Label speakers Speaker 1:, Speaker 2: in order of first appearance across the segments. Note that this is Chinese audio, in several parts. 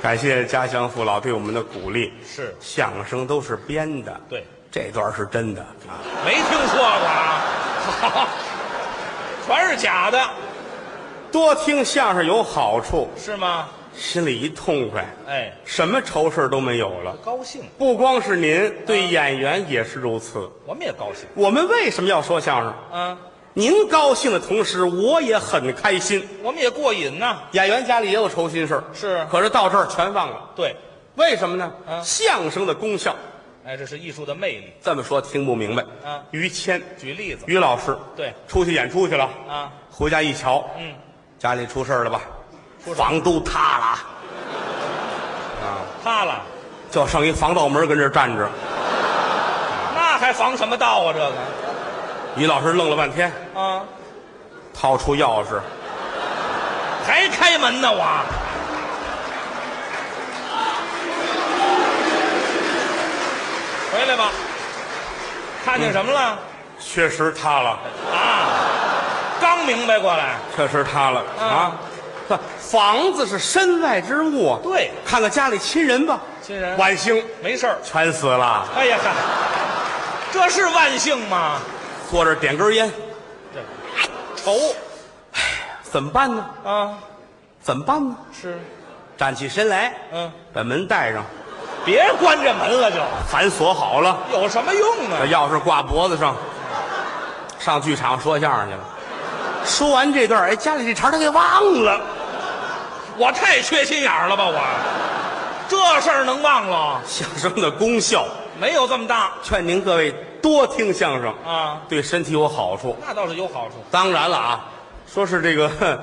Speaker 1: 感谢家乡父老对我们的鼓励。
Speaker 2: 是
Speaker 1: 相声都是编的，
Speaker 2: 对，
Speaker 1: 这段是真的啊。
Speaker 2: 没听说过啊， 好全是假的，
Speaker 1: 多听相声有好处，
Speaker 2: 是吗？
Speaker 1: 心里一痛快，
Speaker 2: 哎，
Speaker 1: 什么愁事儿都没有了。
Speaker 2: 高兴，
Speaker 1: 不光是您，对演员也是如此。
Speaker 2: 我们也高兴
Speaker 1: 我们为什么要说相声？
Speaker 2: 啊，
Speaker 1: 您高兴的同时，我也很开心。
Speaker 2: 我们也过瘾呐。
Speaker 1: 演员家里也有愁心事儿，
Speaker 2: 是
Speaker 1: 可是到这儿全忘了，
Speaker 2: 对，
Speaker 1: 为什么呢？
Speaker 2: 啊
Speaker 1: 相声的功效，
Speaker 2: 哎，这是艺术的魅力。
Speaker 1: 这么说听不明白。
Speaker 2: 啊
Speaker 1: 于谦，
Speaker 2: 举例子，
Speaker 1: 于老师，
Speaker 2: 对
Speaker 1: 出去演出去了，
Speaker 2: 啊，
Speaker 1: 回家一瞧，
Speaker 2: 嗯，
Speaker 1: 家里出事儿了吧？
Speaker 2: 出事儿
Speaker 1: 房都塌了，
Speaker 2: 塌了，
Speaker 1: 就剩一防盗门跟这儿站着。
Speaker 2: 那还防什么道啊？这个
Speaker 1: 于老师愣了半天，
Speaker 2: 啊，
Speaker 1: 掏出钥匙，
Speaker 2: 还开门呢我。回来吧，看见什么了？
Speaker 1: 确实塌了，
Speaker 2: 啊，刚明白过来。
Speaker 1: 确实塌了
Speaker 2: 啊
Speaker 1: 啊！呵房子是身外之物啊，
Speaker 2: 对
Speaker 1: 看看家里亲人吧，
Speaker 2: 亲人
Speaker 1: 晚星
Speaker 2: 没事儿。
Speaker 1: 全死了，
Speaker 2: 哎呀，嗨，这是万幸吗？
Speaker 1: 坐这儿点根烟，
Speaker 2: 这
Speaker 1: 愁，唉怎么办呢？
Speaker 2: 啊，
Speaker 1: 怎么办呢？
Speaker 2: 是，
Speaker 1: 站起身来，
Speaker 2: 嗯，
Speaker 1: 把门带上，
Speaker 2: 别关着门了就，
Speaker 1: 反锁好了，
Speaker 2: 有什么用
Speaker 1: 把
Speaker 2: 啊？
Speaker 1: 钥匙挂脖子上，上剧场说相声去了。说完这段，哎，家里这茬他给忘了。
Speaker 2: 我太缺心眼儿了吧我，这事儿能忘了？
Speaker 1: 相声的功效，
Speaker 2: 没有这么大
Speaker 1: 劝您各位多听相声，
Speaker 2: 啊，
Speaker 1: 对身体有好处。
Speaker 2: 那倒是有好处，
Speaker 1: 当然了啊，说是这个哼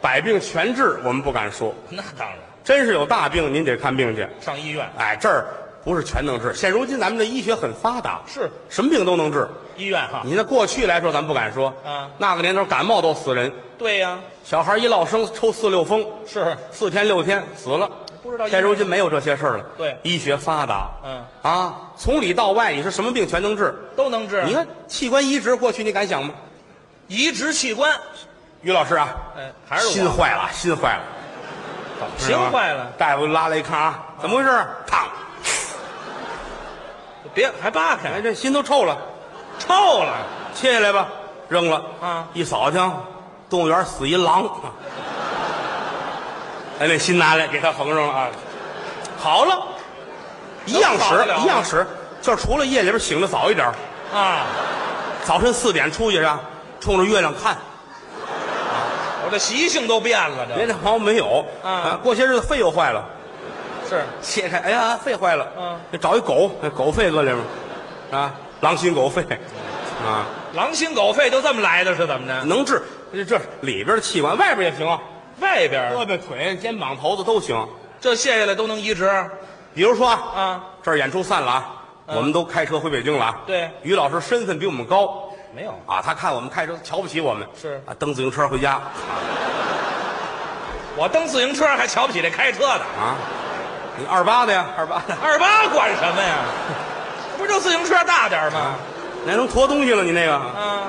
Speaker 1: 百病全治，我们不敢说，
Speaker 2: 那当然
Speaker 1: 真是有大病您得看病去。
Speaker 2: 上医院
Speaker 1: 哎，这儿不是全能治。现如今咱们的医学很发达，
Speaker 2: 是
Speaker 1: 什么病都能治。
Speaker 2: 医院哈，
Speaker 1: 你那过去来说，咱不敢说，
Speaker 2: 啊
Speaker 1: 那个年头感冒都死人，
Speaker 2: 对呀，
Speaker 1: 小孩一落生抽四六风，
Speaker 2: 是
Speaker 1: 四天六天死了。
Speaker 2: 不知道
Speaker 1: 现如今没有这些事儿了，
Speaker 2: 对
Speaker 1: 医学发达，
Speaker 2: 嗯
Speaker 1: 啊，从里到外，你说什么病全能治。
Speaker 2: 都能治。
Speaker 1: 你看器官移植，过去你敢想吗？
Speaker 2: 移植器官，
Speaker 1: 于老师啊，
Speaker 2: 哎，还是我
Speaker 1: 心坏了，心坏了，
Speaker 2: 心坏了，
Speaker 1: 大夫拉来一看啊，怎么回事啊？烫，
Speaker 2: 别还扒
Speaker 1: 哎，
Speaker 2: 开，
Speaker 1: 这心都臭了，
Speaker 2: 臭了，
Speaker 1: 切下来吧，扔了
Speaker 2: 啊
Speaker 1: 一扫听，动物园死一狼，啊哎，那心拿来给他缝上了啊，好了，一样
Speaker 2: 能好
Speaker 1: 使
Speaker 2: 得了吗
Speaker 1: 一样使，就是除了夜里边醒的早一点儿，
Speaker 2: 啊，
Speaker 1: 早晨四点出去啊，冲着月亮看，
Speaker 2: 我这习性都变了，
Speaker 1: 别
Speaker 2: 这
Speaker 1: 的毛病没有
Speaker 2: 啊
Speaker 1: 过些日子肺又坏了，
Speaker 2: 是
Speaker 1: 切开，哎呀，肺坏了，
Speaker 2: 嗯，
Speaker 1: 找一狗，那狗肺搁里面，啊，狼心狗肺，啊。
Speaker 2: 狼心狗肺就这么来的，是怎么着？
Speaker 1: 能治，这这里边的器官，外边也行啊，
Speaker 2: 外边儿
Speaker 1: 胳膊、腿、肩膀、头子都行。
Speaker 2: 这卸下来都能移植
Speaker 1: 比如说啊，
Speaker 2: 啊？
Speaker 1: 这儿演出散了啊，
Speaker 2: 嗯
Speaker 1: 我们都开车回北京了啊。
Speaker 2: 对
Speaker 1: 于老师身份比我们高
Speaker 2: 没有，
Speaker 1: 啊，他看我们开车瞧不起我们，
Speaker 2: 是
Speaker 1: 啊，蹬自行车回家
Speaker 2: 我蹬自行车还瞧不起这开车的，
Speaker 1: 啊。你二八的呀，二八 的，
Speaker 2: 二八管什么 呀？不就自行车大点儿吗？
Speaker 1: 那能驮东西了？你那个
Speaker 2: 啊，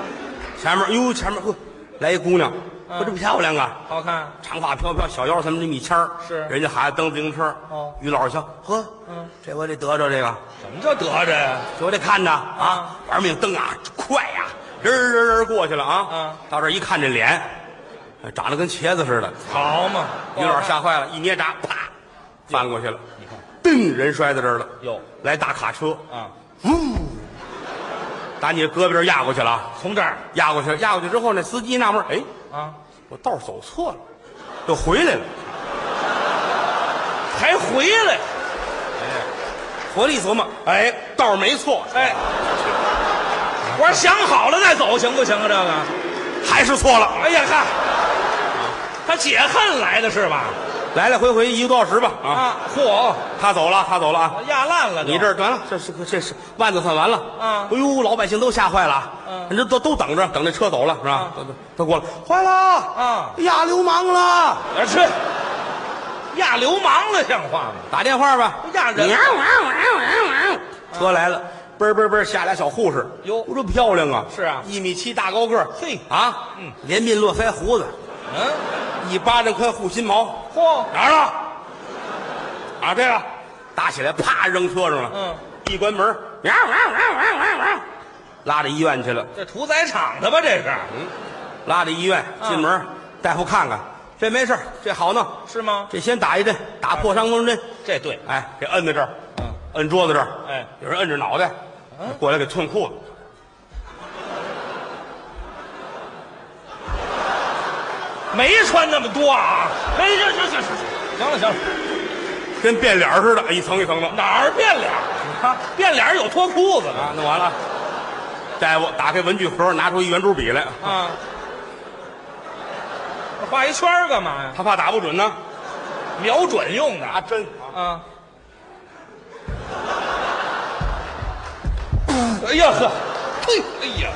Speaker 1: 前面，哟，前面呵，来一姑娘，
Speaker 2: 嗯
Speaker 1: 呵，这么漂亮啊，
Speaker 2: 好看，
Speaker 1: 长发飘飘，小腰咱们这么一签儿
Speaker 2: 是
Speaker 1: 人家孩子蹬自行车。
Speaker 2: 哦
Speaker 1: 于老师瞧，呵，
Speaker 2: 嗯，
Speaker 1: 这我得得着这个。
Speaker 2: 怎么叫得着呀？
Speaker 1: 我得看着啊，
Speaker 2: 嗯
Speaker 1: 玩命蹬啊，快呀、人儿人儿人儿过去了啊。
Speaker 2: 嗯
Speaker 1: 到这儿一看这脸，哎长得跟茄子似的，
Speaker 2: 好嘛，
Speaker 1: 于老师
Speaker 2: 上
Speaker 1: 吓坏了，一捏闸，啪，翻过去了，噔，人摔在这儿了。
Speaker 2: 哟
Speaker 1: 来大卡车，
Speaker 2: 啊，
Speaker 1: 呜，打你胳膊这儿压过去了啊，
Speaker 2: 从这儿
Speaker 1: 压过去，压过去之后，那司机纳闷儿，哎，
Speaker 2: 啊，
Speaker 1: 我道儿走错了，又回来了，
Speaker 2: 还回来，
Speaker 1: 回来一琢磨，哎，道儿没错，
Speaker 2: 哎，我说想好了再走行不行啊？这个。
Speaker 1: 还是错了，
Speaker 2: 哎呀哈，他解恨来的是吧？
Speaker 1: 来来回回一个多小时吧啊，
Speaker 2: 啊，嚯，
Speaker 1: 他走了，他走了啊。
Speaker 2: 压烂了都
Speaker 1: 你这儿完了，这是这是腕子算完了。
Speaker 2: 啊
Speaker 1: 哎呦，老百姓都吓坏了。啊
Speaker 2: 嗯
Speaker 1: 人家都都等着，等那车走了是吧
Speaker 2: 啊？
Speaker 1: 都都都过来，坏了！啊压流氓了！
Speaker 2: 啊去，压流氓了，像话吗？
Speaker 1: 打电话吧，
Speaker 2: 压人
Speaker 1: 喵喵喵喵喵车来了，嘣儿嘣儿嘣儿下俩小护士。
Speaker 2: 哟
Speaker 1: 这漂亮啊！
Speaker 2: 是啊
Speaker 1: 一米七大高个儿。
Speaker 2: 嘿
Speaker 1: 啊，
Speaker 2: 嗯
Speaker 1: 连鬓络腮胡子，
Speaker 2: 嗯，
Speaker 1: 一巴掌宽护心毛。
Speaker 2: 嚯，
Speaker 1: 哪儿了？
Speaker 2: 啊，这个，
Speaker 1: 打起来，啪扔车上了。
Speaker 2: 嗯，
Speaker 1: 一关门，喵喵喵喵喵喵，拉到医院去了。
Speaker 2: 这屠宰场的吧？这是、
Speaker 1: 拉到医院，
Speaker 2: 嗯
Speaker 1: 进门，大夫看看，这没事儿这好弄。
Speaker 2: 是吗？
Speaker 1: 这先打一针，打破伤风针。
Speaker 2: 这对，
Speaker 1: 哎，给摁在这儿，
Speaker 2: 嗯，
Speaker 1: 摁桌子这儿。
Speaker 2: 哎，
Speaker 1: 有人摁着脑袋，过来给吞裤子。
Speaker 2: 没穿那么多啊。哎，行行行行行，行了行了，
Speaker 1: 跟变脸似的，一层一层的。
Speaker 2: 哪儿变脸儿？变脸儿有脱裤子的
Speaker 1: 啊，弄完了，大夫打开文具盒，拿出一圆珠笔来，
Speaker 2: 啊？画一圈儿干嘛呀？
Speaker 1: 他怕打不准呢，
Speaker 2: 瞄准用的
Speaker 1: 打针。
Speaker 2: 啊。哎呀呵，嘿，哎呀，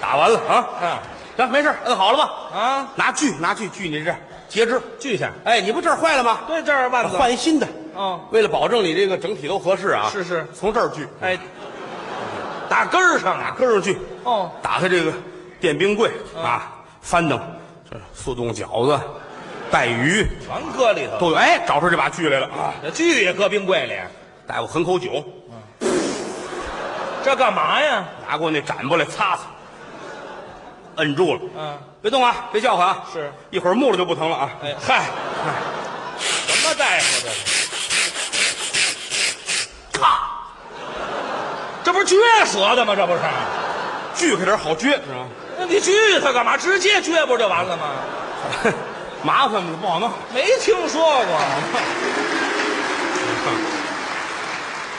Speaker 1: 打完了啊，
Speaker 2: 啊
Speaker 1: 行，没事，摁好了吧？
Speaker 2: 啊，
Speaker 1: 拿锯，拿锯锯你这儿截肢。
Speaker 2: 锯一下。
Speaker 1: 哎，你不这儿坏了吗？
Speaker 2: 对，这儿腕子。
Speaker 1: 换一新的。
Speaker 2: 哦，
Speaker 1: 为了保证你这个整体都合适啊，
Speaker 2: 是是
Speaker 1: 从这儿锯，
Speaker 2: 哎，打根儿上
Speaker 1: 打
Speaker 2: 啊。
Speaker 1: 根上锯，
Speaker 2: 哦，
Speaker 1: 打开这个电冰柜
Speaker 2: 嗯
Speaker 1: 啊，翻腾，这速冻饺子、带鱼
Speaker 2: 全搁里头。
Speaker 1: 都有。哎，找出这把锯来了啊！
Speaker 2: 这锯也搁冰柜里，
Speaker 1: 大夫横口酒，
Speaker 2: 这干嘛呀？
Speaker 1: 拿过那展布来擦擦，摁住了。
Speaker 2: 嗯，
Speaker 1: 别动啊，别叫唤啊！
Speaker 2: 是，
Speaker 1: 一会儿木了就不疼了啊！
Speaker 2: 哎嗨，什么大夫这是？
Speaker 1: 咔，
Speaker 2: 这不是撅舌的吗？这不是？
Speaker 1: 锯开点好撅，是吧？
Speaker 2: 那你锯它干嘛？直接撅不就完了吗？
Speaker 1: 麻烦不好弄。
Speaker 2: 没听说过。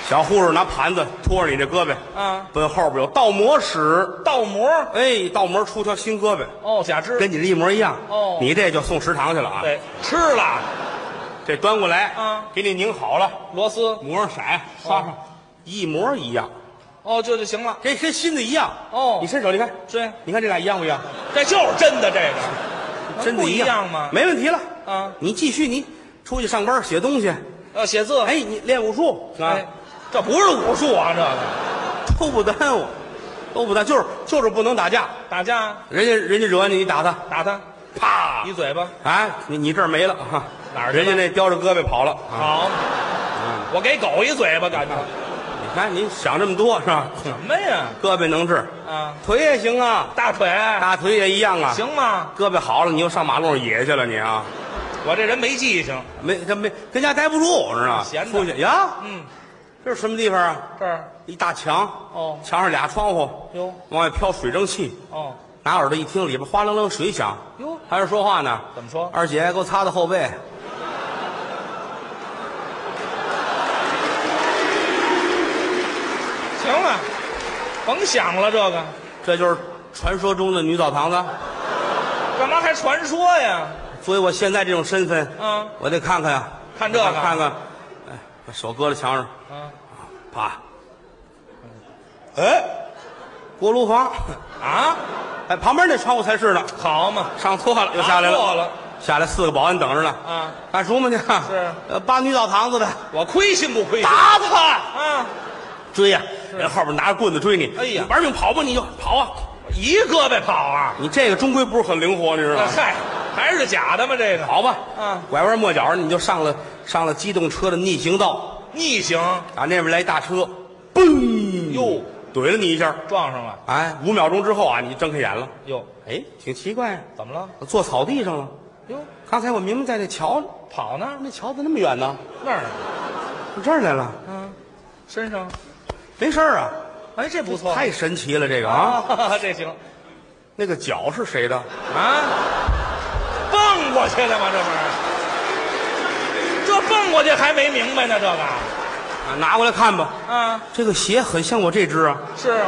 Speaker 1: 小护士拿盘子托着你这胳膊，
Speaker 2: 啊，
Speaker 1: 奔后边有倒模室，
Speaker 2: 倒模
Speaker 1: 哎，倒模出条新胳膊，
Speaker 2: 哦，假肢
Speaker 1: 跟你这一模一样。
Speaker 2: 哦
Speaker 1: 你这就送食堂去了啊！
Speaker 2: 对，吃了
Speaker 1: 这端过来，
Speaker 2: 啊
Speaker 1: 给你拧好了，
Speaker 2: 螺丝
Speaker 1: 抹上色，刷上，一模一样，
Speaker 2: 哦，这就行了。
Speaker 1: 这哦跟新的一样。
Speaker 2: 哦
Speaker 1: 你伸手，你看，
Speaker 2: 这
Speaker 1: 你看这俩一样不一样？
Speaker 2: 这就是真的，这个
Speaker 1: 真的
Speaker 2: 啊不一样吗
Speaker 1: 没问题了。
Speaker 2: 啊，
Speaker 1: 你继续，你出去上班写东西，
Speaker 2: 要写字。
Speaker 1: 哎，你练武术啊
Speaker 2: 哎，，这不是武术啊，这 个
Speaker 1: 都不耽误，都不耽误，就是就是不能打架，
Speaker 2: 打架
Speaker 1: 人家人家惹你，你打他，
Speaker 2: 打他
Speaker 1: 啪
Speaker 2: 一，嘴巴。
Speaker 1: 啊，你你这儿没了哈，
Speaker 2: 哪儿去了
Speaker 1: 人家那叼着胳膊跑了啊！
Speaker 2: 好，我给狗一嘴巴，感觉
Speaker 1: 你看你想这么多是吧？
Speaker 2: 什么呀？
Speaker 1: 胳膊能治，
Speaker 2: 啊，
Speaker 1: 腿也行啊，
Speaker 2: 大腿
Speaker 1: 大腿也一样啊。，
Speaker 2: 行吗？
Speaker 1: 胳膊好了，你又上马路上野去了，你啊，
Speaker 2: 我这人没记性。
Speaker 1: 没这没跟家待不住，知道吗？
Speaker 2: 闲的
Speaker 1: 出去呀，
Speaker 2: 嗯，
Speaker 1: 这是什么地方啊？
Speaker 2: 这儿
Speaker 1: 一大墙，
Speaker 2: 哦
Speaker 1: 墙上俩窗户，
Speaker 2: 哟
Speaker 1: 往外飘水蒸气，
Speaker 2: 哦，
Speaker 1: 拿耳朵一听，里边哗楞楞水响，
Speaker 2: 哟
Speaker 1: 还是说话呢？
Speaker 2: 怎么说
Speaker 1: 二姐，给我擦擦后背。
Speaker 2: 行了，甭想了，这个
Speaker 1: 这就是传说中的女澡堂子。
Speaker 2: 干嘛还传说呀？
Speaker 1: 所以我现在这种身份，
Speaker 2: 嗯
Speaker 1: 我得看看呀、
Speaker 2: 看这个
Speaker 1: 看看，哎，把手搁在墙上，
Speaker 2: 啊
Speaker 1: 啪，哎，锅炉房，
Speaker 2: 啊，
Speaker 1: 哎，旁边那窗户才是呢，
Speaker 2: 好嘛，
Speaker 1: 上错了，又下来
Speaker 2: 拿错
Speaker 1: 了，
Speaker 2: 了
Speaker 1: 下来四个保安等着呢，
Speaker 2: 啊，
Speaker 1: 干什么去？
Speaker 2: 是，
Speaker 1: 呃，扒女澡堂子的，
Speaker 2: 我亏心不亏心
Speaker 1: 打他，
Speaker 2: 啊？
Speaker 1: 追呀、人后边拿着棍子追你，
Speaker 2: 哎呀
Speaker 1: 你玩命跑吧，你就跑啊，
Speaker 2: 一胳膊跑啊？
Speaker 1: 你这个终归不是很灵活，你知道吗？
Speaker 2: 嗨，还是假的吗？这个
Speaker 1: 跑吧，
Speaker 2: 哎嗯
Speaker 1: 拐弯抹角你就上了上了机动车的逆行道，
Speaker 2: 逆行
Speaker 1: 打那边来一大车，嘣，
Speaker 2: 哟，
Speaker 1: 怼了你一下，
Speaker 2: 撞上了
Speaker 1: 哎，五秒钟之后啊，你睁开眼了，
Speaker 2: 哟，
Speaker 1: 哎，挺奇怪呀、
Speaker 2: 怎么了？
Speaker 1: 我坐草地上了。
Speaker 2: 哟，
Speaker 1: 刚才我明明在那桥，
Speaker 2: 跑呢？
Speaker 1: 那桥怎么那么远呢？
Speaker 2: 那儿呢？
Speaker 1: 到这儿来了，
Speaker 2: 嗯，身上，
Speaker 1: 没事儿啊，
Speaker 2: 哎，这不错，
Speaker 1: 太神奇了这个啊！
Speaker 2: 啊， 这行
Speaker 1: 那个脚是谁的？
Speaker 2: 啊，蹦过去的吗？这不是？这蹦过去还没明白呢，这个
Speaker 1: 啊，拿过来看吧。
Speaker 2: 啊，
Speaker 1: 这个鞋很像我这只啊，
Speaker 2: 是，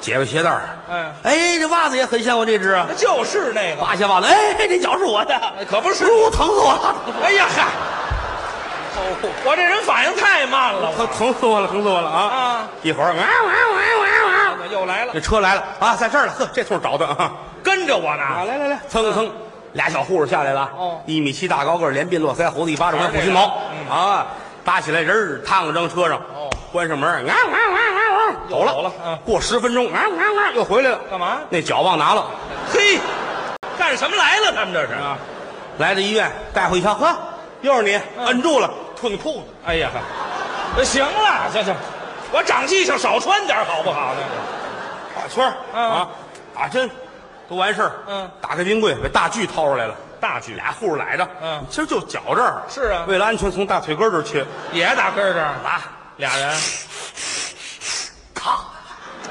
Speaker 1: 解开鞋带儿，
Speaker 2: 哎，
Speaker 1: 哎，这袜子也很像我这只啊
Speaker 2: 那，就是那个，
Speaker 1: 扒下袜子，哎，这脚是我的，哎
Speaker 2: 可不是。
Speaker 1: 呦，疼死我了！
Speaker 2: 哎呀嗨，我这人反应太慢了，
Speaker 1: 疼疼死我了，疼死我了啊！
Speaker 2: 啊
Speaker 1: 一会儿，哇哇哇哇哇，
Speaker 2: 我又来了
Speaker 1: 这，车来了啊，在这儿了，呵，这通找的啊！
Speaker 2: 跟着我
Speaker 1: 啊，
Speaker 2: 呢。
Speaker 1: 来来来，蹭蹭，俩小护士下来了啊，
Speaker 2: 哦
Speaker 1: 一米七大高个儿，连鬓络腮胡子一巴掌拍护心毛
Speaker 2: 嗯
Speaker 1: 啊，搭起来人儿烫个扔车上，
Speaker 2: 哦
Speaker 1: 关上门儿，啊啊啊啊啊，走了
Speaker 2: 又走了嗯
Speaker 1: 过十分钟，啊啊啊，又回来了，
Speaker 2: 干嘛？
Speaker 1: 那脚忘拿了，
Speaker 2: 嘿，干什么来了？他们这是？啊嗯
Speaker 1: 来到医院，大夫一瞧，呵，又是你，摁住了，褪裤子。
Speaker 2: 哎呀，行了，行行，我长记性，少穿点好不好呢？
Speaker 1: 画圈儿
Speaker 2: 嗯
Speaker 1: 啊，打针，都完事儿。
Speaker 2: 嗯，
Speaker 1: 打开冰柜，把大锯掏出来了，
Speaker 2: 大锯
Speaker 1: 俩护士来着。
Speaker 2: 嗯
Speaker 1: 其实就脚这儿。
Speaker 2: 是啊嗯
Speaker 1: 为了安全，从大腿根儿这儿切。
Speaker 2: 也打根儿这儿，
Speaker 1: 拿，
Speaker 2: 俩人
Speaker 1: 咔，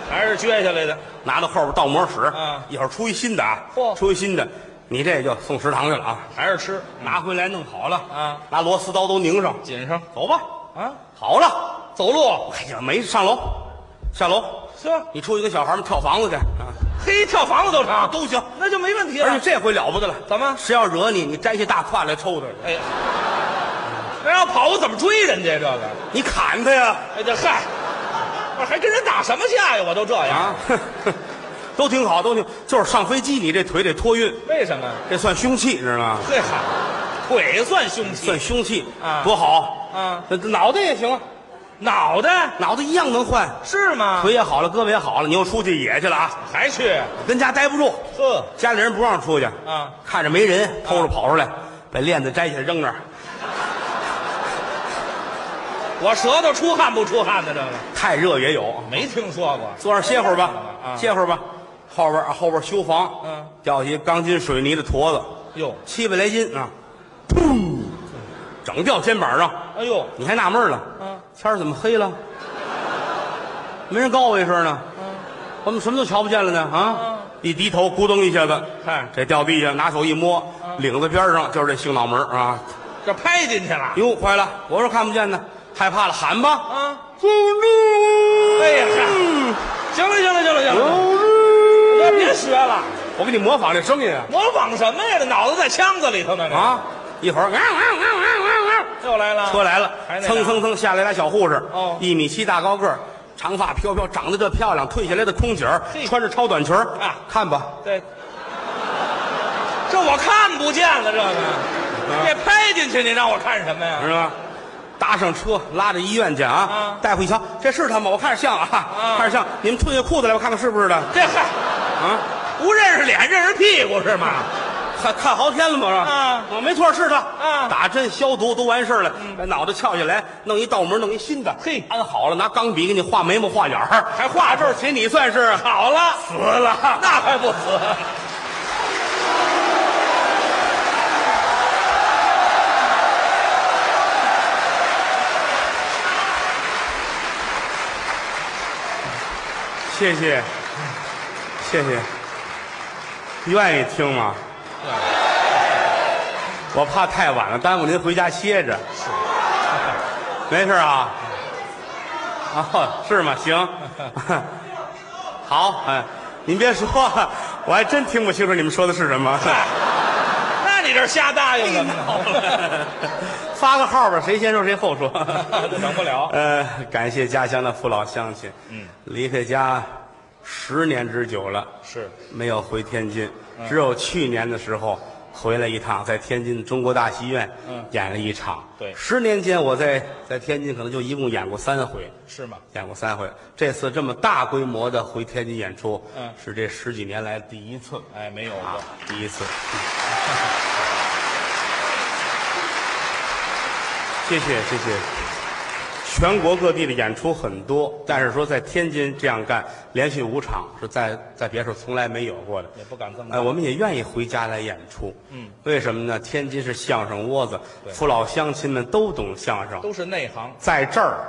Speaker 2: 还是撅下来的。
Speaker 1: 拿到后边倒模使。
Speaker 2: 嗯
Speaker 1: 一会儿出一新的啊，
Speaker 2: 嚯
Speaker 1: 出一新的，你这就送食堂去了啊。
Speaker 2: 还是吃，
Speaker 1: 拿回来弄好了，
Speaker 2: 嗯
Speaker 1: 拿螺丝刀都拧上，
Speaker 2: 紧上
Speaker 1: 走吧。
Speaker 2: 啊，
Speaker 1: 好了，
Speaker 2: 走路
Speaker 1: 哎呀，没上楼，下楼，
Speaker 2: 行，
Speaker 1: 你出去跟小孩们跳房子去啊，
Speaker 2: 嘿，跳房子都成，
Speaker 1: 都行。
Speaker 2: 那就没问题
Speaker 1: 而且
Speaker 2: 了。
Speaker 1: 这回了不得了，
Speaker 2: 怎么
Speaker 1: 谁要惹你，你摘下大胯来抽他去，
Speaker 2: 哎呀，那要跑我怎么追人家这个？
Speaker 1: 你砍他呀！
Speaker 2: 哎这嗨，我还跟人打什么架呀？我都这样，
Speaker 1: 啊，都挺好，都挺，就是上飞机你这腿得托运，
Speaker 2: 为什么？
Speaker 1: 这算凶器，知道吗？
Speaker 2: 嘿嗨，腿算凶器，
Speaker 1: 算凶器
Speaker 2: 啊
Speaker 1: 多好
Speaker 2: 啊！
Speaker 1: 那脑袋也行啊，
Speaker 2: 脑袋
Speaker 1: 脑袋一样能换，
Speaker 2: 是吗？
Speaker 1: 腿也好了，胳膊也好了，你又出去野去了啊，
Speaker 2: 还去？
Speaker 1: 跟家待不住，
Speaker 2: 呵，
Speaker 1: 家里人不让出去
Speaker 2: 啊，
Speaker 1: 看着没人，偷着跑出来，把链子摘下来扔那儿，
Speaker 2: 我舌头出汗不出汗的这个
Speaker 1: 太热也有，
Speaker 2: 没听说过。
Speaker 1: 坐那儿歇会儿吧，
Speaker 2: 啊
Speaker 1: 歇会儿吧。后边啊后边修房，
Speaker 2: 嗯，
Speaker 1: 掉下一钢筋水泥的坨子，
Speaker 2: 哟，
Speaker 1: 七百来斤啊，砰，整掉肩膀上。
Speaker 2: 哎呦，
Speaker 1: 你还纳闷了，
Speaker 2: 嗯，
Speaker 1: 天儿怎么黑了？没人告我一声呢，
Speaker 2: 嗯
Speaker 1: 我们什么都瞧不见了呢啊！一低头，咕噔一下子，
Speaker 2: 嗨嗯
Speaker 1: 这掉地下，拿手一摸，领子边上就是这性脑门儿啊！
Speaker 2: 这拍进去了
Speaker 1: 哟，坏了，我说看不见呢，害怕了，喊吧，
Speaker 2: 啊！
Speaker 1: 救命！
Speaker 2: 哎呀，嗨，行了行了行了行了，我哎别学了，
Speaker 1: 我给你模仿这声音啊
Speaker 2: 模仿什么呀？这脑子在腔子里头呢，这
Speaker 1: 啊！一会儿，啊啊啊啊啊！
Speaker 2: 又来了，
Speaker 1: 车来了
Speaker 2: 还，那
Speaker 1: 蹭
Speaker 2: 俩
Speaker 1: 蹭蹭下来俩小护士，
Speaker 2: 哦
Speaker 1: 一米七大高个儿，长发飘飘，长得这漂亮，退下来的空姐儿
Speaker 2: 嘿
Speaker 1: 穿着超短裙儿
Speaker 2: 啊
Speaker 1: 看吧，
Speaker 2: 对，这我看不见了，这个，这拍进去，你让我看什么呀？
Speaker 1: 是吧？搭上车拉着医院去啊
Speaker 2: 啊，
Speaker 1: 带回一瞧，这是他吗？我看着像啊，
Speaker 2: 啊
Speaker 1: 看着像。你们褪下裤子来，我看看是不是的
Speaker 2: 这嗨，
Speaker 1: 啊？
Speaker 2: 不认识脸，认识屁股是吗？
Speaker 1: 看看好天了吗？是吧？
Speaker 2: 啊
Speaker 1: 我没错，是他。
Speaker 2: 啊
Speaker 1: 打针消毒都完事儿了，把脑袋撬下来，弄一道门，弄一新的。
Speaker 2: 嘿
Speaker 1: 安好了，拿钢笔给你画眉毛、画眼儿，
Speaker 2: 还 画
Speaker 1: 这儿起你算是
Speaker 2: 好了，
Speaker 1: 死了。
Speaker 2: 那还不死？
Speaker 1: 谢谢，谢谢。愿意听吗？我怕太晚了，耽误您回家歇着。没事啊。哦，是吗？行，好，哎，您别说，我还真听不清楚你们说的是什么。
Speaker 2: 嗨，那你这瞎答应 什么呢？，
Speaker 1: 发个号吧，谁先说谁后说
Speaker 2: 这等不了
Speaker 1: 呃，感谢家乡的父老乡亲，嗯，离开家十年之久了，
Speaker 2: 是
Speaker 1: 没有回天津，
Speaker 2: 嗯
Speaker 1: 只有去年的时候回来一趟，在天津中国大戏院，
Speaker 2: 嗯
Speaker 1: 演了一场。
Speaker 2: 对
Speaker 1: 十年间我在在天津可能就一共演过三回。
Speaker 2: 是吗？
Speaker 1: 演过三回，这次这么大规模的回天津演出，
Speaker 2: 嗯
Speaker 1: 是这十几年来第一次
Speaker 2: 哎，没有
Speaker 1: 啊
Speaker 2: 过。，
Speaker 1: 第一次。 谢谢谢谢。全国各地的演出很多，但是说在天津这样干，连续五场是在在别处从来没有过的。
Speaker 2: 也不敢这么
Speaker 1: 哎，我们也愿意回家来演出。嗯，为什么呢？天津是相声窝子，父老乡亲们都懂相声，
Speaker 2: 都是内行，
Speaker 1: 在这儿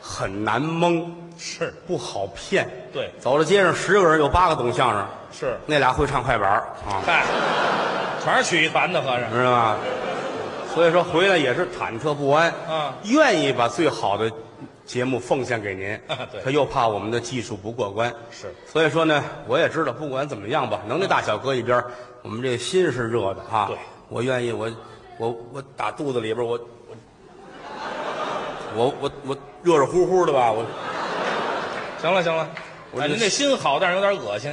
Speaker 1: 很难蒙，
Speaker 2: 是
Speaker 1: 不好骗。
Speaker 2: 对
Speaker 1: 走到街上十个人有八个懂相声，
Speaker 2: 是，
Speaker 1: 那俩会唱快板儿啊。
Speaker 2: 嗨，全是曲艺团的和尚，
Speaker 1: 知道吗？所以说回来也是忐忑不安，
Speaker 2: 嗯，
Speaker 1: 愿意把最好的节目奉献给您
Speaker 2: 啊对
Speaker 1: 他又怕我们的技术不过关，
Speaker 2: 是
Speaker 1: 所以说呢，我也知道，不管怎么样吧，能耐大小搁一边儿，我们这心是热的哈。
Speaker 2: 对，
Speaker 1: 我愿意，我我我打肚子里边儿，我我我我我热热乎乎的吧，我
Speaker 2: 行了行了，
Speaker 1: 我
Speaker 2: 哎，
Speaker 1: 这
Speaker 2: 您这心好，但是有点恶 心。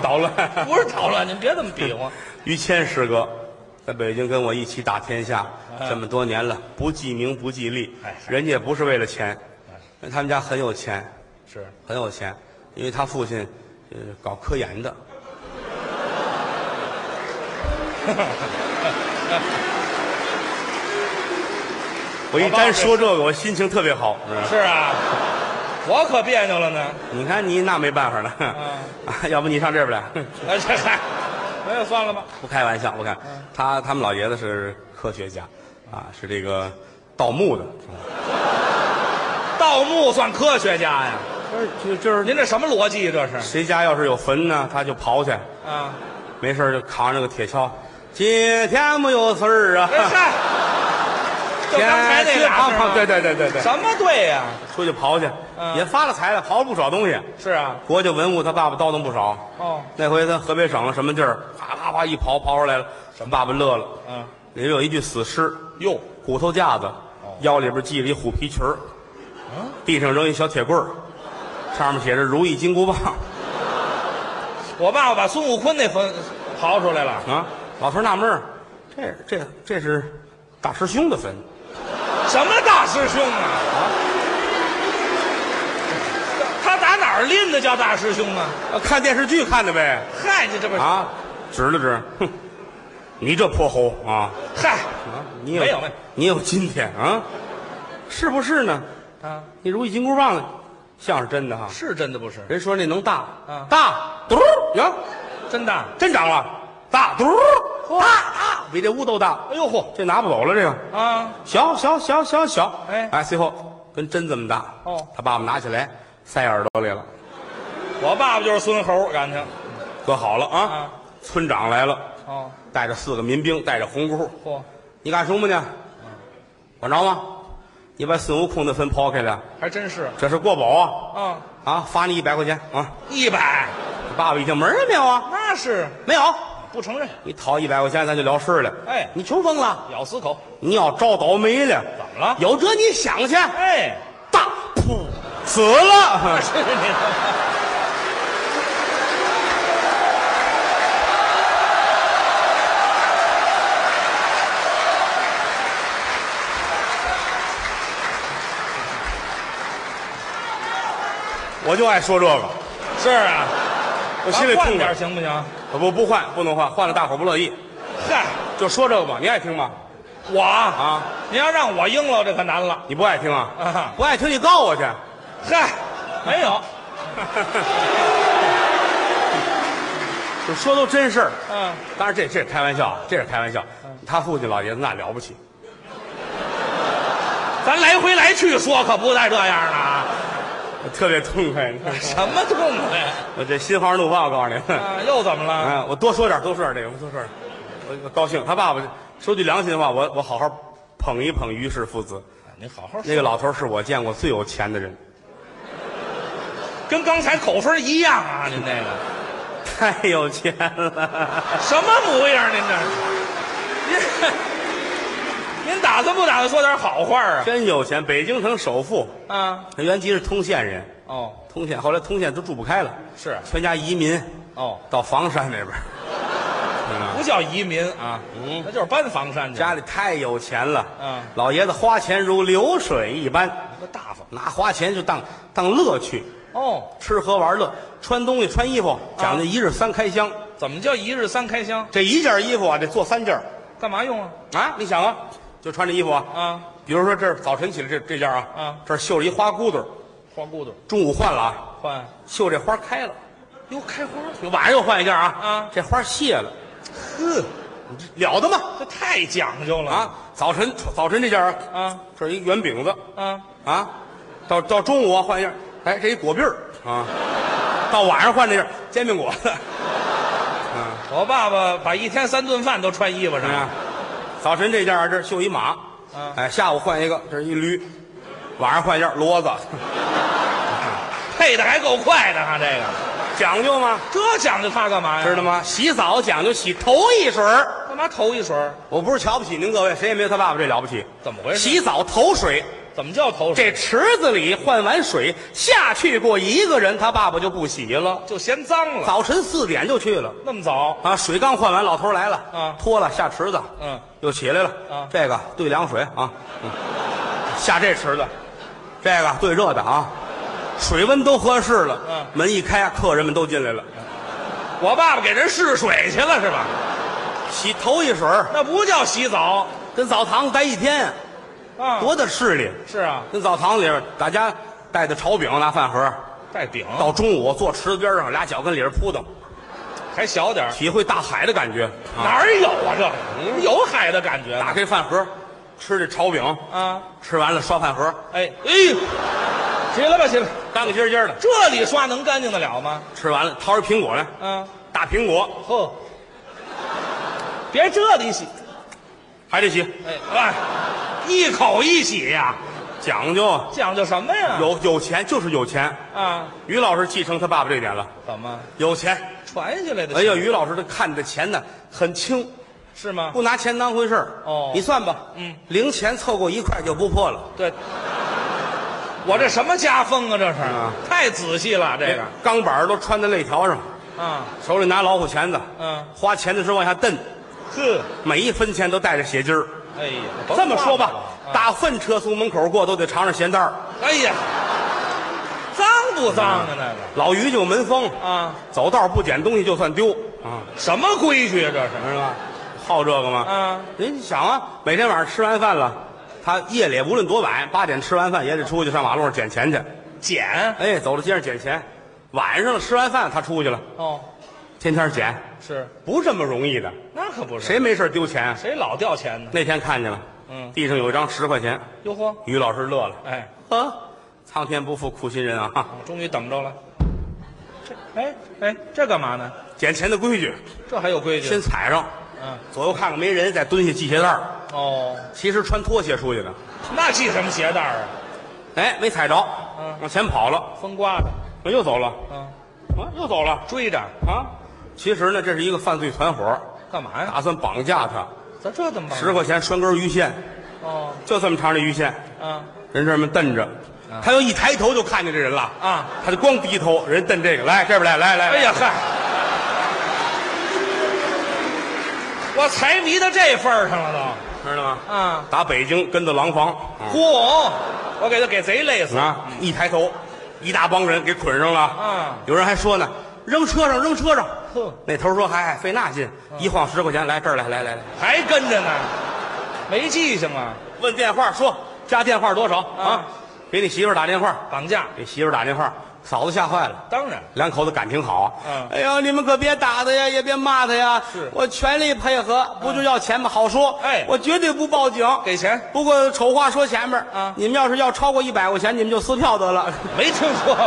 Speaker 1: 捣乱。
Speaker 2: 不是捣乱，您别这么比划。
Speaker 1: 于谦师哥，在北京跟我一起打天下这么多年了，不记名不记利
Speaker 2: 嗯哎，是嗯
Speaker 1: 人家也不是为了钱，因为他们家很有钱，
Speaker 2: 是，
Speaker 1: 很有钱，因为他父亲呃搞科研的， 我一
Speaker 2: 我爸
Speaker 1: 沾
Speaker 2: 也
Speaker 1: 说这个，我心情特别好。是吧
Speaker 2: 是啊，我可别扭了呢。
Speaker 1: 你看你那没办法了，
Speaker 2: 嗯
Speaker 1: 啊 要不你上这边来。
Speaker 2: 哎，这嗨，那就算了吧。
Speaker 1: 不开玩笑，我看他他们老爷子是科学家，啊，是这个盗墓的，
Speaker 2: 盗墓算科学家呀？
Speaker 1: 就就是
Speaker 2: 您这什么逻辑啊？这是
Speaker 1: 谁家要是有坟呢，他就刨去，
Speaker 2: 啊？
Speaker 1: 没事儿就扛着个铁锹。今天没有事儿啊，
Speaker 2: 哎嗨，就刚 才那
Speaker 1: 天
Speaker 2: 俩
Speaker 1: 胖
Speaker 2: 是
Speaker 1: 胖
Speaker 2: 吗
Speaker 1: 对对对对对，
Speaker 2: 什么对呀？
Speaker 1: 出去刨去，
Speaker 2: 嗯
Speaker 1: 也发了财了，刨了不少东西。
Speaker 2: 是啊，
Speaker 1: 国家文物他爸爸叨叨不少，
Speaker 2: 哦，
Speaker 1: 那回他河北省了什么地儿，啪啪啪一刨刨出来了，什么爸爸乐了，
Speaker 2: 嗯，
Speaker 1: 里边有一具死尸，
Speaker 2: 哟，
Speaker 1: 骨头架子，腰里边系着一虎皮裙儿，地上扔一小铁棍儿，上面写着“如意金箍棒
Speaker 2: 我爸爸把孙悟空那坟刨出来”了，
Speaker 1: 啊。老头纳闷儿，这这这是大师兄的坟，
Speaker 2: 什么大师兄啊？他打哪儿拎的叫大师兄啊？
Speaker 1: 啊看电视剧看的呗
Speaker 2: 嗨，你这不是
Speaker 1: 啊，指了指，哼，你这泼猴啊
Speaker 2: 嗨
Speaker 1: 啊，你有
Speaker 2: 没有没有
Speaker 1: 你有今天啊，是不是呢？
Speaker 2: 啊？
Speaker 1: 你如意金箍棒像是真的哈、
Speaker 2: 是真的不是？
Speaker 1: 人说那能大
Speaker 2: 啊
Speaker 1: 大嘟儿啊呀，
Speaker 2: 真的？
Speaker 1: 真长了，大嘟儿大大，比这屋都大。
Speaker 2: 哎呦嚯
Speaker 1: 这拿不走了，这个
Speaker 2: 啊！
Speaker 1: 小小小小小，
Speaker 2: 哎
Speaker 1: 哎，最后跟针这么大。
Speaker 2: 哦
Speaker 1: 他爸爸拿起来塞耳朵里了，
Speaker 2: 我爸爸就是孙猴，感情
Speaker 1: 搁好了啊。
Speaker 2: 啊
Speaker 1: 村长来了，
Speaker 2: 哦，
Speaker 1: 带着四个民兵，带着红箍，
Speaker 2: 嚯，
Speaker 1: 你干什么呢？管着吗？你把孙悟空的坟刨开了，
Speaker 2: 还真是
Speaker 1: 这是国宝
Speaker 2: 啊，
Speaker 1: 啊！啊，罚你一百块钱啊！
Speaker 2: 一百
Speaker 1: 爸爸一听门儿没有啊？
Speaker 2: 那是
Speaker 1: 没有，
Speaker 2: 不承认，
Speaker 1: 你掏一百块钱咱就了事儿了。
Speaker 2: 哎
Speaker 1: 你穷疯了，
Speaker 2: 咬死口，
Speaker 1: 你要招倒霉了，
Speaker 2: 怎么了？
Speaker 1: 有这你想去，
Speaker 2: 哎，
Speaker 1: 大噗，死了。
Speaker 2: 是你
Speaker 1: 我就爱说这个，
Speaker 2: 是啊，
Speaker 1: 我心里
Speaker 2: 咱换
Speaker 1: 痛
Speaker 2: 点
Speaker 1: 快
Speaker 2: 儿。行不行？
Speaker 1: 我不不换，不能换，换了大伙不乐意。
Speaker 2: 嗨，
Speaker 1: 就说这个吧，你爱听吗？
Speaker 2: 我啊，
Speaker 1: 啊，
Speaker 2: 您要让我应了，这可难了
Speaker 1: 你不爱听啊？
Speaker 2: 啊！
Speaker 1: 不爱听你告我去。
Speaker 2: 嗨，没有，
Speaker 1: 就说都真事儿，
Speaker 2: 嗯，
Speaker 1: 当然这这是开玩笑，啊，这是开玩笑。他父亲老爷子那了不起，
Speaker 2: 咱来回来去说，可不带这样的啊！
Speaker 1: 我特别痛快。
Speaker 2: 什么痛快
Speaker 1: 我这心花怒放，我告诉你，
Speaker 2: 啊？又怎么了？
Speaker 1: 哎，我多说点，多说点这个，我多说点，我我高兴。他爸爸说句良心话，我我好好捧一捧于氏父子。
Speaker 2: 您好好
Speaker 1: 那个老头儿是我见过最有钱的人，
Speaker 2: 跟刚才口风一样啊！您这个。
Speaker 1: 太有钱了。
Speaker 2: 什么模样？您这，您您打算不打算说点好话啊？
Speaker 1: 真有钱，北京城首富，
Speaker 2: 啊，
Speaker 1: 他原籍是通县人，
Speaker 2: 哦，
Speaker 1: 通县后来通县都住不开了，
Speaker 2: 是啊
Speaker 1: 全家移民
Speaker 2: 哦，
Speaker 1: 到房山那边儿，嗯
Speaker 2: 不叫移民啊，嗯，那就是搬房山去，
Speaker 1: 家里太有钱了，
Speaker 2: 嗯
Speaker 1: 老爷子花钱如流水一般，
Speaker 2: 个大方
Speaker 1: 拿花钱就当当乐趣，
Speaker 2: 哦。
Speaker 1: 吃喝玩乐，穿东西穿衣服讲
Speaker 2: 啊
Speaker 1: 究一日三开箱，
Speaker 2: 怎么叫一日三开箱？
Speaker 1: 这一件衣服啊得做三件儿
Speaker 2: 干嘛用啊？
Speaker 1: 啊，你想啊，就穿这衣服啊，
Speaker 2: 啊，
Speaker 1: 比如说这儿早晨起来这这件啊，
Speaker 2: 嗯
Speaker 1: 这儿绣着一花骨朵儿，
Speaker 2: 花骨朵
Speaker 1: 中午换了啊，
Speaker 2: 换，
Speaker 1: 绣这花开了。
Speaker 2: 哟，开花，
Speaker 1: 就晚上又换一件啊，
Speaker 2: 啊
Speaker 1: 这花谢了，
Speaker 2: 呵，
Speaker 1: 了得吗？
Speaker 2: 这太讲究了
Speaker 1: 啊，早晨早晨这件啊，
Speaker 2: 啊
Speaker 1: 这是一圆饼子
Speaker 2: 啊！
Speaker 1: 啊，到到中午啊换一件，哎，这一果篦儿啊，到晚上换这件煎饼果子，
Speaker 2: 我爸爸把一天三顿饭都穿衣服
Speaker 1: 怎
Speaker 2: 上
Speaker 1: 么
Speaker 2: 了，
Speaker 1: 样？啊早晨这件啊，这儿绣一马，
Speaker 2: 啊
Speaker 1: 哎，下午换一个，这是一驴，晚上换一件骡子，
Speaker 2: 配的还够快的哈、这个
Speaker 1: 讲究吗？
Speaker 2: 这讲究它干嘛呀？
Speaker 1: 知道吗？洗澡讲究洗头一水儿
Speaker 2: 干嘛头一水儿？
Speaker 1: 我不是瞧不起您各位，谁也没有他爸爸这了不起。
Speaker 2: 怎么回事
Speaker 1: 洗澡头水，
Speaker 2: 怎么叫头水？
Speaker 1: 这池子里换完水下去过一个人，他爸爸就不洗了。
Speaker 2: 就嫌脏了。
Speaker 1: 早晨四点就去了
Speaker 2: 那么早？
Speaker 1: 啊，水刚换完，老头来了
Speaker 2: 啊
Speaker 1: 脱了下池子，
Speaker 2: 嗯，
Speaker 1: 又起来了
Speaker 2: 啊
Speaker 1: 这个兑凉水啊，嗯下这池子，这个兑热的啊，水温都合适了。
Speaker 2: 嗯
Speaker 1: 门一开，客人们都进来了，
Speaker 2: 我爸爸给人试水去了是吧？
Speaker 1: 洗头一水儿
Speaker 2: 那不叫洗澡，
Speaker 1: 跟澡堂子待一天，
Speaker 2: 啊
Speaker 1: 多大势力？
Speaker 2: 是啊，
Speaker 1: 跟澡堂里边大家带的炒饼拿饭盒，
Speaker 2: 带饼
Speaker 1: 到中午坐池子边上，俩脚跟里边扑腾，
Speaker 2: 还小点儿
Speaker 1: 体会大海的感觉。啊，
Speaker 2: 哪儿有啊这个？有海的感觉
Speaker 1: 打
Speaker 2: 吗？
Speaker 1: 开饭盒，吃这炒饼，
Speaker 2: 啊，
Speaker 1: 吃完了刷饭盒，
Speaker 2: 哎哎呦，起来吧起来吧，
Speaker 1: 干干净净的。
Speaker 2: 这里刷能干净得了吗？
Speaker 1: 吃完了掏一苹果来，
Speaker 2: 啊，
Speaker 1: 大苹果
Speaker 2: 呵，别这里洗，
Speaker 1: 还得洗，啊
Speaker 2: 哎哎，一口一洗呀、
Speaker 1: 讲究啊。
Speaker 2: 讲究什么呀？
Speaker 1: 有有钱就是有钱。
Speaker 2: 啊，
Speaker 1: 于老师继承他爸爸这点了，
Speaker 2: 怎么
Speaker 1: 有钱。
Speaker 2: 传下来的？
Speaker 1: 哎呀，于老师他看这钱呢很轻，
Speaker 2: 是吗？
Speaker 1: 不拿钱当回事儿。
Speaker 2: 哦
Speaker 1: 你算吧，
Speaker 2: 嗯，
Speaker 1: 零钱凑够一块就不破了。
Speaker 2: 对，我这什么家风啊？这是、
Speaker 1: 啊
Speaker 2: 太仔细了，这个
Speaker 1: 钢板儿都穿在肋条上，
Speaker 2: 啊，
Speaker 1: 手里拿老虎钳子，
Speaker 2: 嗯
Speaker 1: 花钱的时候往下蹬，
Speaker 2: 呵，
Speaker 1: 每一分钱都带着血筋儿。
Speaker 2: 哎呀，
Speaker 1: 这么说吧，
Speaker 2: 啊
Speaker 1: 大粪车从门口过都得尝尝咸淡儿。
Speaker 2: 哎呀，脏不脏啊？那个
Speaker 1: 老于就有门风，
Speaker 2: 啊，
Speaker 1: 走道不捡东西就算丢啊，
Speaker 2: 什么规矩啊？这是
Speaker 1: 是吧？好这个吗？
Speaker 2: 啊，
Speaker 1: 人想啊，每天晚上吃完饭了，他夜里无论多晚，八点吃完饭也得出去上马路上捡钱去。
Speaker 2: 捡
Speaker 1: 哎，走到街上捡钱，晚上了吃完饭他出去了，
Speaker 2: 哦，
Speaker 1: 天天捡，
Speaker 2: 是
Speaker 1: 不这么容易的。
Speaker 2: 那可不是
Speaker 1: 谁没事丢钱啊？
Speaker 2: 谁老掉钱呢？
Speaker 1: 那天看见了，
Speaker 2: 嗯
Speaker 1: 地上有一张十块钱，
Speaker 2: 哟呵，
Speaker 1: 于老师乐了，
Speaker 2: 哎，
Speaker 1: 呵，苍天不负苦心人啊！哈
Speaker 2: 终于等着了。这哎哎，这干嘛呢？
Speaker 1: 捡钱的规矩，
Speaker 2: 这还有规矩？
Speaker 1: 先踩上，
Speaker 2: 嗯
Speaker 1: 左右看看没人，再蹲下系鞋带儿。
Speaker 2: 哦，
Speaker 1: 其实穿拖鞋出去的，
Speaker 2: 那系什么鞋带儿啊？
Speaker 1: 哎，没踩着，
Speaker 2: 嗯
Speaker 1: 往前跑了，
Speaker 2: 风刮的，
Speaker 1: 又走了，
Speaker 2: 嗯，
Speaker 1: 啊，又走了。
Speaker 2: 追着
Speaker 1: 啊，其实呢，这是一个犯罪团伙，
Speaker 2: 干嘛呀？
Speaker 1: 打算绑架他，
Speaker 2: 咱这怎么办？
Speaker 1: 十块钱拴根鱼线，
Speaker 2: 哦，
Speaker 1: 就这么长的鱼线，
Speaker 2: 啊
Speaker 1: 人这么瞪着，他要一抬头就看见这人了，
Speaker 2: 啊！
Speaker 1: 他就光低头，人瞪这个，来这边来来来，
Speaker 2: 哎呀嗨，我财迷到这份儿上了
Speaker 1: 知道吗？
Speaker 2: 都啊！
Speaker 1: 打北京跟到廊坊
Speaker 2: 嚯，我给他给贼累死！
Speaker 1: 啊，一抬头，一大帮人给捆上了，
Speaker 2: 啊，
Speaker 1: 有人还说呢，扔车上扔车上
Speaker 2: 哼，啊
Speaker 1: 那头说嗨，费那劲，一晃十块钱，来这儿来来来来，
Speaker 2: 还跟着呢，没记性啊！
Speaker 1: 问电话说加电话多少啊
Speaker 2: 啊？
Speaker 1: 给你媳妇儿打电话，
Speaker 2: 绑架，
Speaker 1: 给媳妇儿打电话，嫂子吓坏了，
Speaker 2: 当然
Speaker 1: 两口子感情好。
Speaker 2: 嗯
Speaker 1: 哎呀，你们可别打他呀，也别骂他呀，
Speaker 2: 是
Speaker 1: 我全力配合，不就要钱吗？好说，
Speaker 2: 哎
Speaker 1: 我绝对不报警。
Speaker 2: 给钱，
Speaker 1: 不过丑话说前面儿
Speaker 2: 啊
Speaker 1: 你们要是要超过一百块钱，你们就撕票得了。
Speaker 2: 没听说过。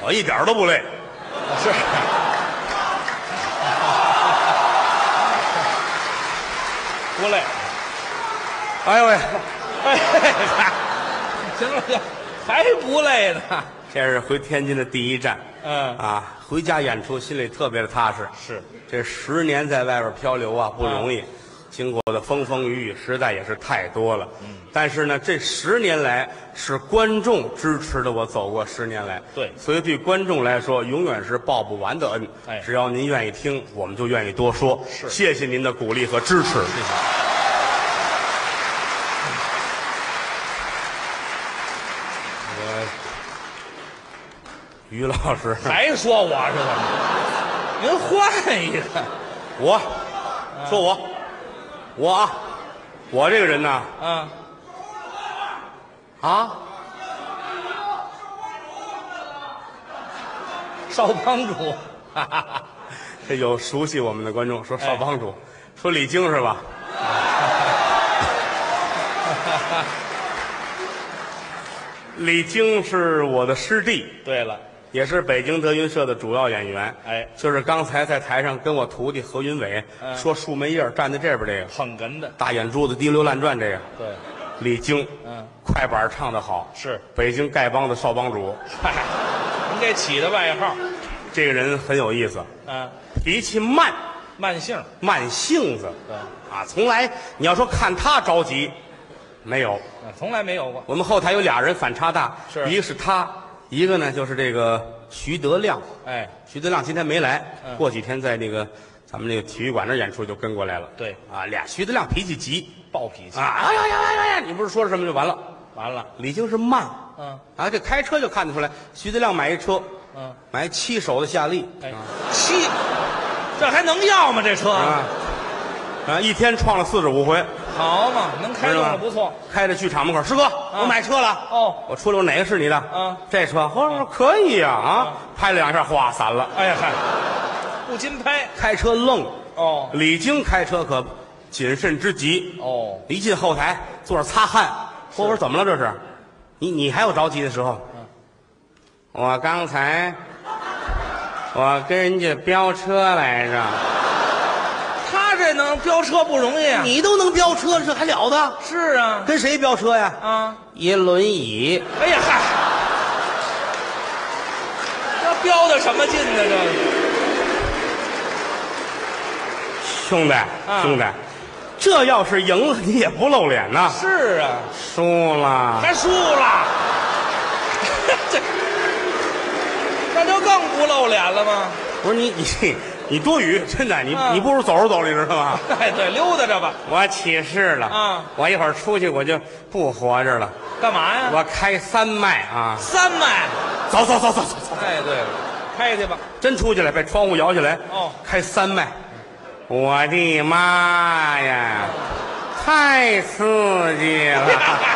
Speaker 1: 我一点儿都不累，
Speaker 2: 是。不累，
Speaker 1: 哎呦喂，
Speaker 2: 哎，行了行了，还不累呢。
Speaker 1: 这是回天津的第一站。
Speaker 2: 嗯
Speaker 1: 啊，回家演出心里特别的踏实。
Speaker 2: 是，嗯
Speaker 1: 这十年在外边漂流啊，不容易，经过的风风雨雨实在也是太多了。嗯，但是呢，这十年来是观众支持的我走过十年来。
Speaker 2: 对
Speaker 1: 所以对观众来说，永远是报不完的恩。
Speaker 2: 哎
Speaker 1: 只要您愿意听，我们就愿意多说。
Speaker 2: 是
Speaker 1: 谢谢您的鼓励和支持。我于老师，
Speaker 2: 还说我是怎么？您换一个
Speaker 1: 我说我，我啊，我这个人呢
Speaker 2: 啊！
Speaker 1: 啊，
Speaker 2: 少帮主，
Speaker 1: 这有熟悉我们的观众说
Speaker 2: 哎
Speaker 1: 少帮主，说李菁是吧？ 李菁是我的师弟，
Speaker 2: 对了，
Speaker 1: 也是北京德云社的主要演员。
Speaker 2: 哎
Speaker 1: 就是刚才在台上跟我徒弟何云伟、
Speaker 2: 嗯
Speaker 1: 说树梅叶儿站在这边这个
Speaker 2: 捧哏的，
Speaker 1: 大眼珠子滴溜乱转这个
Speaker 2: 对，
Speaker 1: 李菁，
Speaker 2: 嗯，
Speaker 1: 快板唱得好，
Speaker 2: 是，
Speaker 1: 北京丐帮的少帮主。
Speaker 2: 嗨，您给起的外号，
Speaker 1: 这个人很有意思，
Speaker 2: 啊，
Speaker 1: 脾气慢，
Speaker 2: 慢性，
Speaker 1: 慢性子，
Speaker 2: 对，
Speaker 1: 啊，从来你要说看他着急，没有。
Speaker 2: 啊从来没有过，
Speaker 1: 我们后台有俩人反差大，
Speaker 2: 是
Speaker 1: 一个是他，一个呢就是这个徐德亮。
Speaker 2: 哎，
Speaker 1: 徐德亮今天没来，
Speaker 2: 嗯
Speaker 1: 过几天在那个咱们那个体育馆那儿演出就跟过来了。
Speaker 2: 对
Speaker 1: 啊，俩徐德亮脾气急
Speaker 2: 暴脾气
Speaker 1: 啊，，哎呀呀呀呀呀！你不是说什么就完了？
Speaker 2: 完了，
Speaker 1: 李菁是慢，
Speaker 2: 嗯
Speaker 1: 啊，这开车就看得出来。徐德亮买一车，
Speaker 2: 嗯，
Speaker 1: 买七手的夏利，
Speaker 2: 哎，七，这还能要吗？这车，
Speaker 1: 啊啊，一天创了四十五回，
Speaker 2: 好嘛，能开动
Speaker 1: 是吧
Speaker 2: 了不错。
Speaker 1: 开着去厂门口，师哥，我买车了。
Speaker 2: 哦，
Speaker 1: 我出来，我哪个是你的？
Speaker 2: 嗯，
Speaker 1: 这车，我说可以呀，啊，拍了两下，哗，散了。
Speaker 2: 哎呀嗨，不禁拍，
Speaker 1: 开车愣，
Speaker 2: 哦
Speaker 1: 李菁开车可谨慎之极。
Speaker 2: 哦，
Speaker 1: 一进后台，坐着擦汗，我说怎么了这是？嗯你你还有着急的时候？我刚才我跟人家飙车来着。
Speaker 2: 他这能飙车不容易啊。
Speaker 1: 你都能飙车，这还了得？
Speaker 2: 是啊，
Speaker 1: 跟谁飙车呀？
Speaker 2: 啊，
Speaker 1: 一轮椅，
Speaker 2: 哎呀嗨，这飙的什么劲呢？这
Speaker 1: 兄弟，兄弟，这要是赢了，你也不露脸呐。
Speaker 2: 是啊，
Speaker 1: 输了，
Speaker 2: 还输了， 这那就更不露脸了吗？
Speaker 1: 不是你你你多余，真的，你、
Speaker 2: 嗯
Speaker 1: 你不如走着走着，你知道吗？
Speaker 2: 哎，对，溜达着吧，
Speaker 1: 我起誓了，
Speaker 2: 嗯
Speaker 1: 我一会儿出去我就不活着了，
Speaker 2: 干嘛呀？
Speaker 1: 我开三麦啊！
Speaker 2: 三麦，
Speaker 1: 走走走走走走，
Speaker 2: 哎，对了，开去吧。
Speaker 1: 真出去了，把窗户摇起来，
Speaker 2: 哦
Speaker 1: 开三麦，我的妈呀，太刺激
Speaker 2: 哎呀
Speaker 1: 了！
Speaker 2: 嗨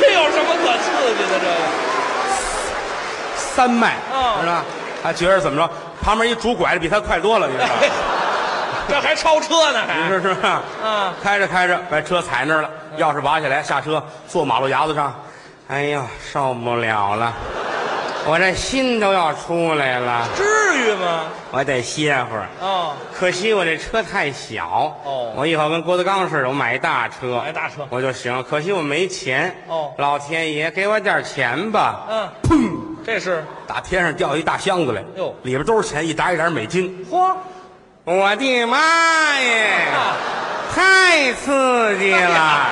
Speaker 2: 这有什么可刺激的？这个
Speaker 1: 三迈，
Speaker 2: 嗯
Speaker 1: 是吧？他觉着怎么着，旁边一拄拐的比他快多了，你知道
Speaker 2: 哎
Speaker 1: 吗？
Speaker 2: 这还超车呢，
Speaker 1: 你
Speaker 2: 还
Speaker 1: 说是吧？
Speaker 2: 嗯，
Speaker 1: 开着开着把车踩那儿了，钥匙拔起来，下车坐马路牙子上，哎呦，受不了了，我这心都要出来了，
Speaker 2: 至于吗？
Speaker 1: 我得歇会儿。
Speaker 2: 哦，
Speaker 1: 可惜我这车太小，
Speaker 2: 哦
Speaker 1: 我以后跟郭德纲似的，我买一大车，
Speaker 2: 买大车
Speaker 1: 我就行。可惜我没钱，
Speaker 2: 哦
Speaker 1: 老天爷给我点钱吧！
Speaker 2: 嗯，这是
Speaker 1: 打天上掉一大箱子来，
Speaker 2: 哟
Speaker 1: 里边都是钱，一沓一沓美金。
Speaker 2: 嚯，啊
Speaker 1: 我的妈 耶！太刺激了！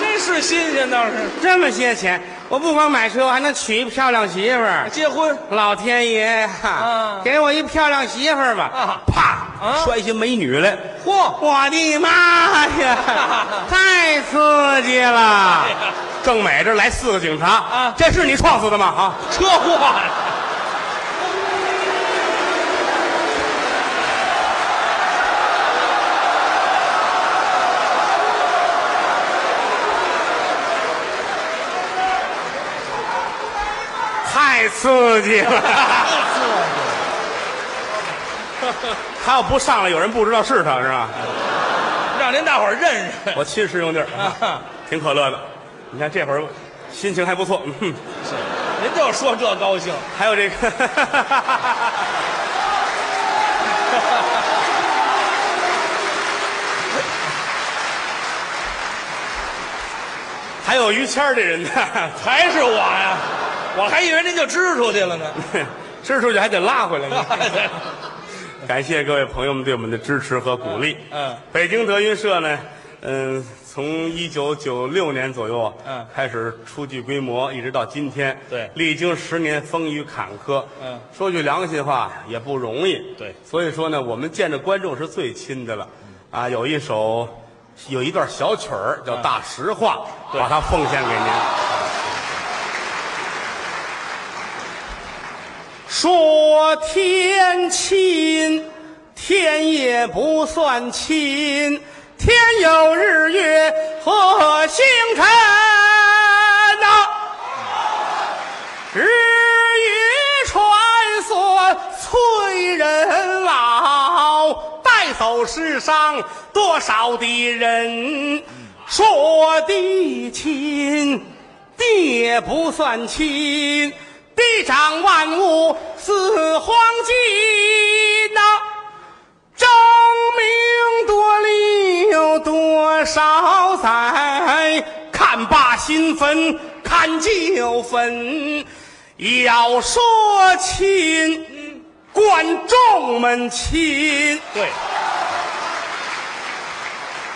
Speaker 2: 真是新鲜倒是。
Speaker 1: 这么些钱，我不光买车，我还能娶一漂亮媳妇儿。
Speaker 2: 结婚
Speaker 1: 老天爷呀、
Speaker 2: 啊
Speaker 1: 给我一漂亮媳妇儿吧！
Speaker 2: 啊
Speaker 1: 啪，
Speaker 2: 啊
Speaker 1: 摔下美女来！
Speaker 2: 嚯，
Speaker 1: 我的妈 呀！太刺激了！
Speaker 2: 呀
Speaker 1: 正美这来四个警察
Speaker 2: 啊
Speaker 1: 这是你撞死的吗？啊！
Speaker 2: 车祸 呀！
Speaker 1: 太刺激 了！他要不上来，有人不知道是他是吧？
Speaker 2: 让您大伙儿认识。
Speaker 1: 我亲师兄弟儿
Speaker 2: 哎啊
Speaker 1: 挺可乐的。你看这会儿心情还不错，嗯，
Speaker 2: 您就说这高兴，
Speaker 1: 还有这个， 还有于谦儿这人呢，
Speaker 2: 还是我呀？我还以为您就支出去了呢。
Speaker 1: 支出去还得拉回来呢。感谢各位朋友们对我们的支持和鼓励。
Speaker 2: 嗯嗯
Speaker 1: 北京德云社呢，嗯，从一九九六年左右，啊
Speaker 2: 嗯
Speaker 1: 开始初具规模，一直到今天，
Speaker 2: 对
Speaker 1: 历经十年风雨坎坷，
Speaker 2: 嗯，
Speaker 1: 说句良心话也不容易，
Speaker 2: 对
Speaker 1: 所以说呢，我们见着观众是最亲的了，啊，有一首，有一段小曲儿叫《大实话》，
Speaker 2: 嗯对
Speaker 1: 把它奉献给您。说天亲，天也不算亲，天有日月和星辰呐、日月穿梭催人老，带走世上多少的人。说的亲，地也不算亲，地长万物似黄金呐、争名夺利有多少载？看罢新坟，看旧坟。要说亲，观众们亲，
Speaker 2: 对，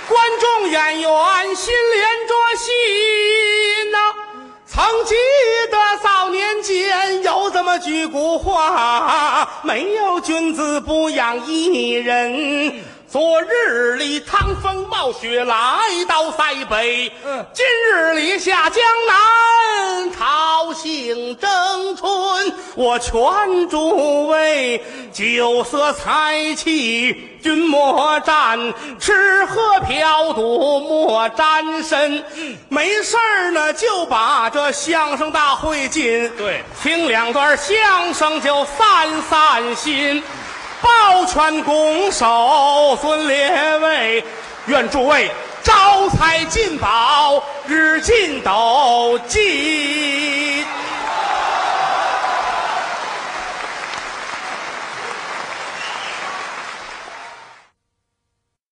Speaker 1: 观众演员心连着心呐、才曾记得早年间有这么句古话：没有君子不养艺人。昨日里趟风冒雪来到塞北，
Speaker 2: 嗯
Speaker 1: 今日里下江南讨杏争春。我劝诸位酒色财气。君莫沾，吃喝嫖赌莫沾身。没事儿呢，就把这相声大会进。
Speaker 2: 对
Speaker 1: 听两段相声就散散心。抱拳拱手，尊列位，愿诸位招财进宝，日进斗金。